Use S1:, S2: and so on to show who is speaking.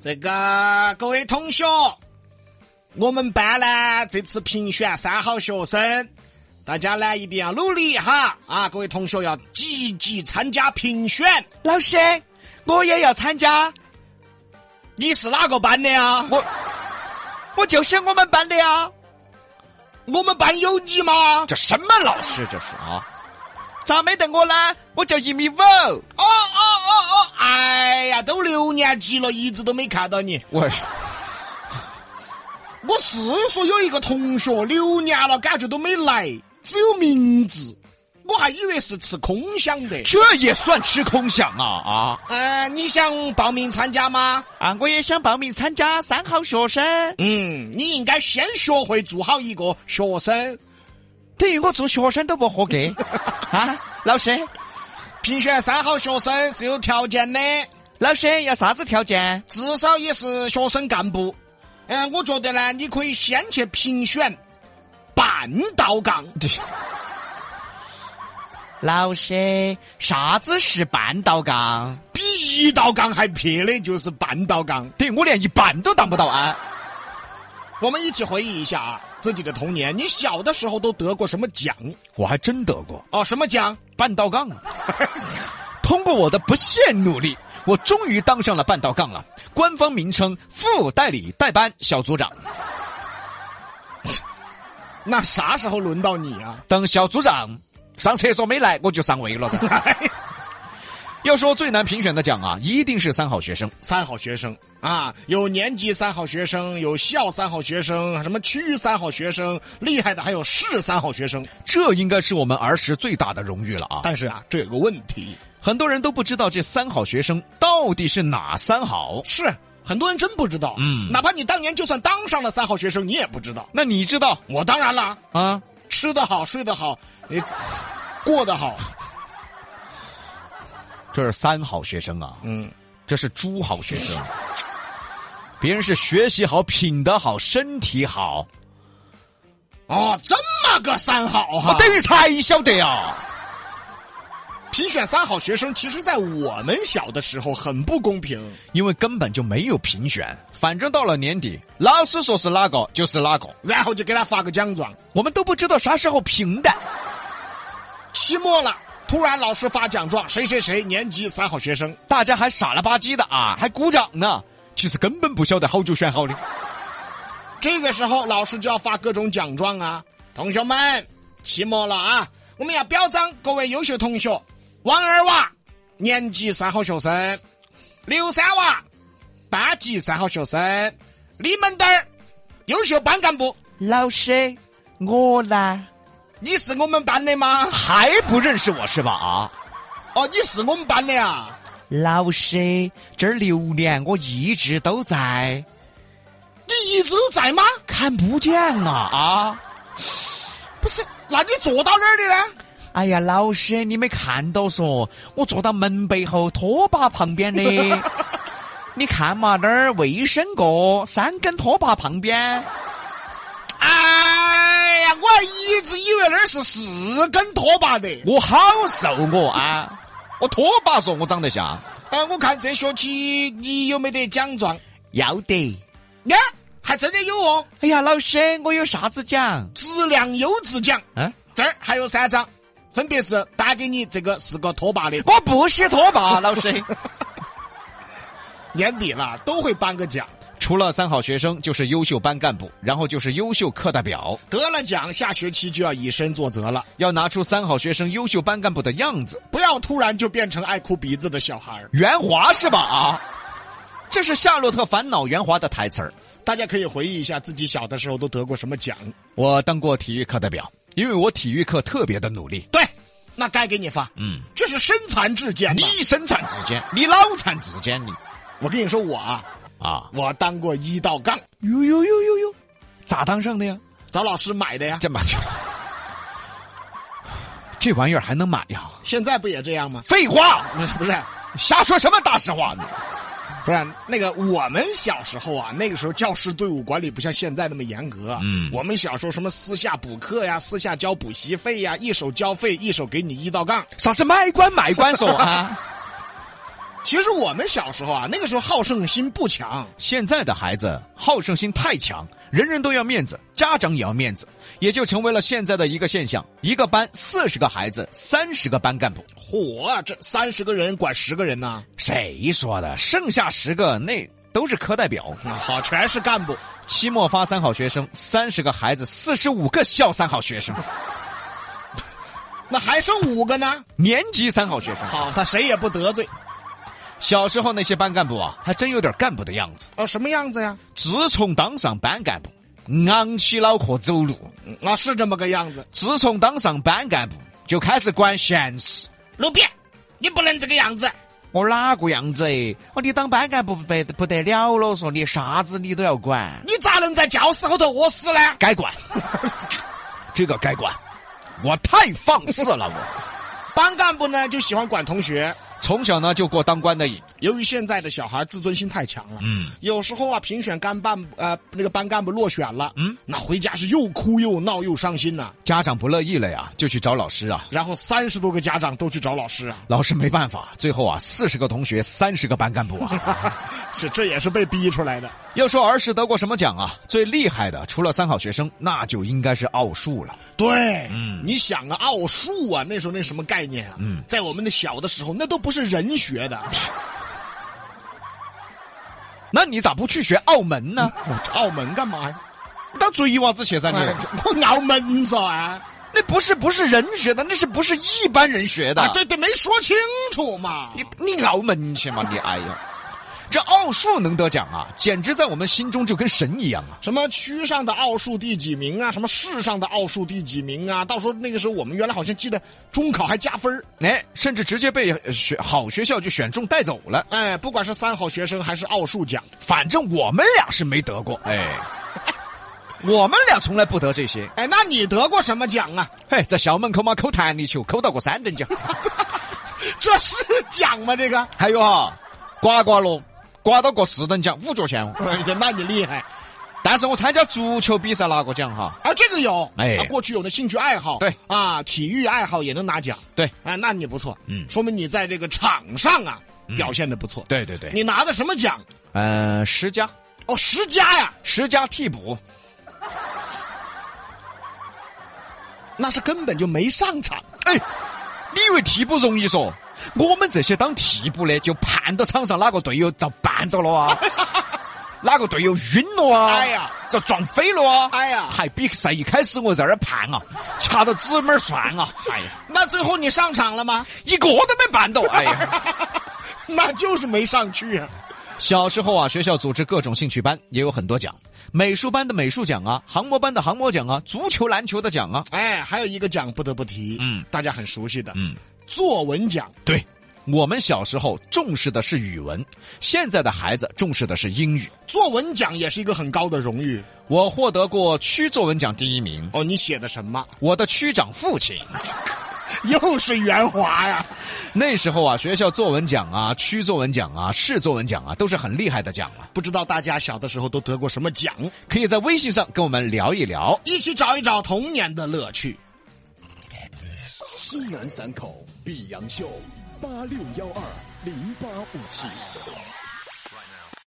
S1: 这个各位同学，我们班呢这次评选三好学生，大家呢一定要努力哈啊！各位同学要积极参加评选。
S2: 老师，我也要参加，
S1: 你是哪个班的啊呀？
S2: 我我就是我们班的啊呀。
S1: 我们班有你吗？哦
S2: 这什么老师这是啊？咋没得我呢？我就一米五。
S1: 哦哦哦哦！哎呀，都六年级了，一直都没看到你。
S2: 我
S1: 我是说有一个同学六年了，感觉都没来，只有名字，我还以为是吃空饷的。
S2: 这也算吃空饷啊
S1: 嗯、你想报名参加吗？
S2: 啊啊！我也想报名参加三好学生，
S1: 嗯，你应该先学会做好一个学生。
S2: 等于我做学生都不合 格啊！老师，
S1: 评选三好学生是有条件的，
S2: 老师要啥子条件？
S1: 至少也是学生干部。嗯、我觉得呢，你可以先去评选半道杠。
S2: 老师，啥子是半道杠？
S1: 比一道杠还撇的就是半道杠。
S2: 等于我连一半都当不到啊！
S1: 我们一起回忆一下啊，自己的童年，你小的时候都得过什么奖？
S2: 我还真得过
S1: 哦，什么奖？
S2: 半道杠。 通过我的不懈努力，我终于当上了半道杠了。官方名称副代理代班小组长。
S1: 那啥时候轮到你啊？
S2: 等小组长上厕所没来，我就上位了 的。要说最难评选的奖啊，一定是三好学生。
S1: 三好学生啊，有年级三好学生，有校三好学生，什么区域三好学生，厉害的还有市三好学生。
S2: 这应该是我们儿时最大的荣誉了啊！
S1: 但是啊，这有个问题，
S2: 很多人都不知道这三好学生到底是哪三好。
S1: 是很多人真不知道。
S2: 嗯
S1: 哪怕你当年就算当上了三好学生，你也不知道。
S2: 那你知道
S1: 我当然啦，
S2: 啊？
S1: 吃得好，睡得好，也过得好。
S2: 这是三好学生啊，
S1: 嗯，
S2: 这是猪好学生。别人是学习好、品德好、身体好，
S1: 哦，这么个三好哈、
S2: 等于才晓得啊！
S1: 评选三好学生，其实在我们小的时候很不公平。
S2: 因为根本就没有评选，反正到了年底，老师说是哪个就是哪个，
S1: 然后就给他发个奖状。
S2: 我们都不知道啥时候评的。
S1: 期末了，突然老师发奖状，谁谁谁年级三好学生。
S2: 大家还傻了吧唧的啊，还鼓掌呢。其实根本不晓得好久选好的。
S1: 这个时候老师就要发各种奖状啊，同学们，期末了啊，我们要表彰各位优秀同学。王二娃，年级三好学生；刘三娃，班级三好学生；李门墩儿，优秀班干部。
S2: 老师，我呢
S1: 你是我们班的吗？
S2: 还不认识我是吧？啊，
S1: 哦，你是我们班的啊。
S2: 老师，这六年我一直都在，
S1: 你一直都在吗？
S2: 看不见啊啊！
S1: 不是，那你坐到哪儿的呢？
S2: 哎呀，老师，你没看到说，我坐到门背后拖把旁 边的。你看嘛，那儿卫生过，三根拖把旁边。
S1: 哎呀，我还一直以为那儿是四根拖把的。
S2: 我好瘦我啊！我拖把说我长得像，
S1: 呃，我看这学期你有没得奖状？
S2: 要得。
S1: 呀，还真的有哦，
S2: 哎呀，老师，我有啥子奖？
S1: 质量优质奖。
S2: 嗯、
S1: 这儿还有三张，分别是颁给你这个四个拖把的。
S2: 我不是拖 把，老师。
S1: 年底了都会颁个奖，
S2: 除了三好学生，就是优秀班干部，然后就是优秀课代表。
S1: 得了奖，下学期就要以身作则了，
S2: 要拿出三好学生、优秀班干部的样子。
S1: 不要突然就变成爱哭鼻子的小孩儿。
S2: 袁华是吧？啊，这是《夏洛特烦恼》袁华的台词儿。
S1: 大家可以回忆一下自己小的时候都得过什么奖。
S2: 我当过体育课代表，因为我体育课特别的努力。
S1: 对，那该给你发。
S2: 嗯，
S1: 这是身残志坚嘛。
S2: 身残志坚，你脑残志坚，你
S1: 我跟你说，我啊，
S2: 啊！
S1: 我当过一道杠，
S2: 呦呦呦呦呦，咋当上的呀？
S1: 找老师买的呀。
S2: 这麻将，这玩意儿还能买呀？
S1: 现在不也这样吗？
S2: 废话，
S1: 不是不是，
S2: 瞎说什么大实话呢？
S1: 不是那个我们小时候啊，那个时候教师队伍管理不像现在那么严格。
S2: 嗯
S1: 我们小时候什么私下补课呀，私下交补习费呀，一手交费，一手给你一道杠。
S2: 啥子买官买官说啊？
S1: 其实我们小时候啊，那个时候好胜心不强，
S2: 现在的孩子好胜心太强，人人都要面子，家长也要面子，也就成为了现在的一个现象：一个班四十个孩子，三十个班干部。
S1: 嚯、这三十个人管十个人呐、
S2: 谁说的？剩下十个那都是科代表。
S1: 啊好，全是干部。
S2: 期末发三好学生，三十个孩子，四十五个校三好学生，
S1: 那还剩五个呢。
S2: 年级三好学生。
S1: 好，他谁也不得罪。
S2: 小时候那些班干部啊，还真有点干部的样子。
S1: 哦，什么样子呀？
S2: 自从当上班干部，昂起脑壳走路；
S1: 嗯啊，是这么个样子。
S2: 自从当上班干部，就开始管闲事。
S1: 路边，你不能这个样子。
S2: 我哪个样子？哦，你当班干部不得不得了了，说你啥子你都要管，
S1: 你咋能在教室后头饿死呢？
S2: 该管，这个该管。我太放肆了，我
S1: 班干部呢就喜欢管同学。
S2: 从小呢就过当官的瘾。
S1: 由于现在的小孩自尊心太强了，
S2: 嗯，
S1: 有时候啊评选干办呃那个班干部落选了，
S2: 嗯，
S1: 那回家是又哭又闹又伤心呐、
S2: 家长不乐意了呀，就去找老师啊。
S1: 然后三十多个家长都去找老师啊，
S2: 老师没办法，最后啊，四十个同学，三十个班干部啊。
S1: 是这也是被逼出来的。
S2: 要说儿时得过什么奖啊，最厉害的除了三好学生，那就应该是奥数了。
S1: 对，
S2: 嗯
S1: 你想啊，奥数啊，那时候那什么概念啊？
S2: 嗯
S1: 在我们的小的时候，那都不是人学的，
S2: 那你咋不去学澳门呢？
S1: 澳门干嘛呀？
S2: 当追娃子学噻 你。
S1: 哎我澳门嗦啊！
S2: 那不是不是人学的，那是不是一般人学的？
S1: 啊，对对，没说清楚嘛。
S2: 你你澳门去嘛你！哎呀，这奥数能得奖啊，简直在我们心中就跟神一样啊！
S1: 什么区上的奥数第几名啊？什么市上的奥数第几名啊？到时候那个时候，我们原来好像记得中考还加分儿
S2: 哎，甚至直接被呃学好学校就选中带走了。
S1: 哎，不管是三好学生还是奥数奖，
S2: 反正我们俩是没得过，哎，我们俩从来不得这些。
S1: 哎，那你得过什么奖啊？
S2: 嘿，在校门口嘛扣弹力球，扣到过三等奖。
S1: 这是奖吗？这个？
S2: 还有啊，刮刮乐刮到过四等奖，五角钱哦。
S1: 哎呀，那你厉害
S2: 但是我参加足球比赛拿过奖哈。
S1: 啊！这个有，
S2: 哎
S1: 啊过去有的兴趣爱好，
S2: 对
S1: 啊，体育爱好也能拿奖，
S2: 对，
S1: 哎，那你不错，
S2: 嗯
S1: 说明你在这个场上啊表现的不错。
S2: 对对对，
S1: 你拿的什么奖？
S2: 呃，十佳，
S1: 哦，十佳呀，
S2: 十佳替补，
S1: 那是根本就没上场。
S2: 哎，你以为替补容易说？我们这些当替补的，就盼到场上哪个队友遭绊到了 啊，哪个队友晕了啊，
S1: 哎呀，
S2: 遭撞飞了啊，
S1: 哎呀
S2: 还比赛一开始我在那儿盼啊，掐到指拇儿算 啊，哎呀，
S1: 那最后你上场了吗？
S2: 一个都没绊到，哎呀。
S1: 那就是没上去啊。
S2: 小时候啊，学校组织各种兴趣班，也有很多奖，美术班的美术奖啊，航模班的航模奖啊，足球、篮球的奖啊，
S1: 哎，还有一个奖不得不提，
S2: 嗯，
S1: 大家很熟悉的，
S2: 嗯，
S1: 作文奖。
S2: 对。我们小时候重视的是语文，现在的孩子重视的是英语。
S1: 作文奖也是一个很高的荣誉
S2: 我获得过区作文奖第一名，
S1: 哦。你写的什么？
S2: 我的区长父亲。
S1: 又是圆滑呀、
S2: 那时候啊，学校作文奖啊、区作文奖啊、市作文奖啊，都是很厉害的奖啊。
S1: 不知道大家小的时候都得过什么奖？
S2: 可以在微信上跟我们聊一聊。
S1: 一起找一找童年的乐趣。
S3: 西南散口碧阳秀八六幺二零八五七。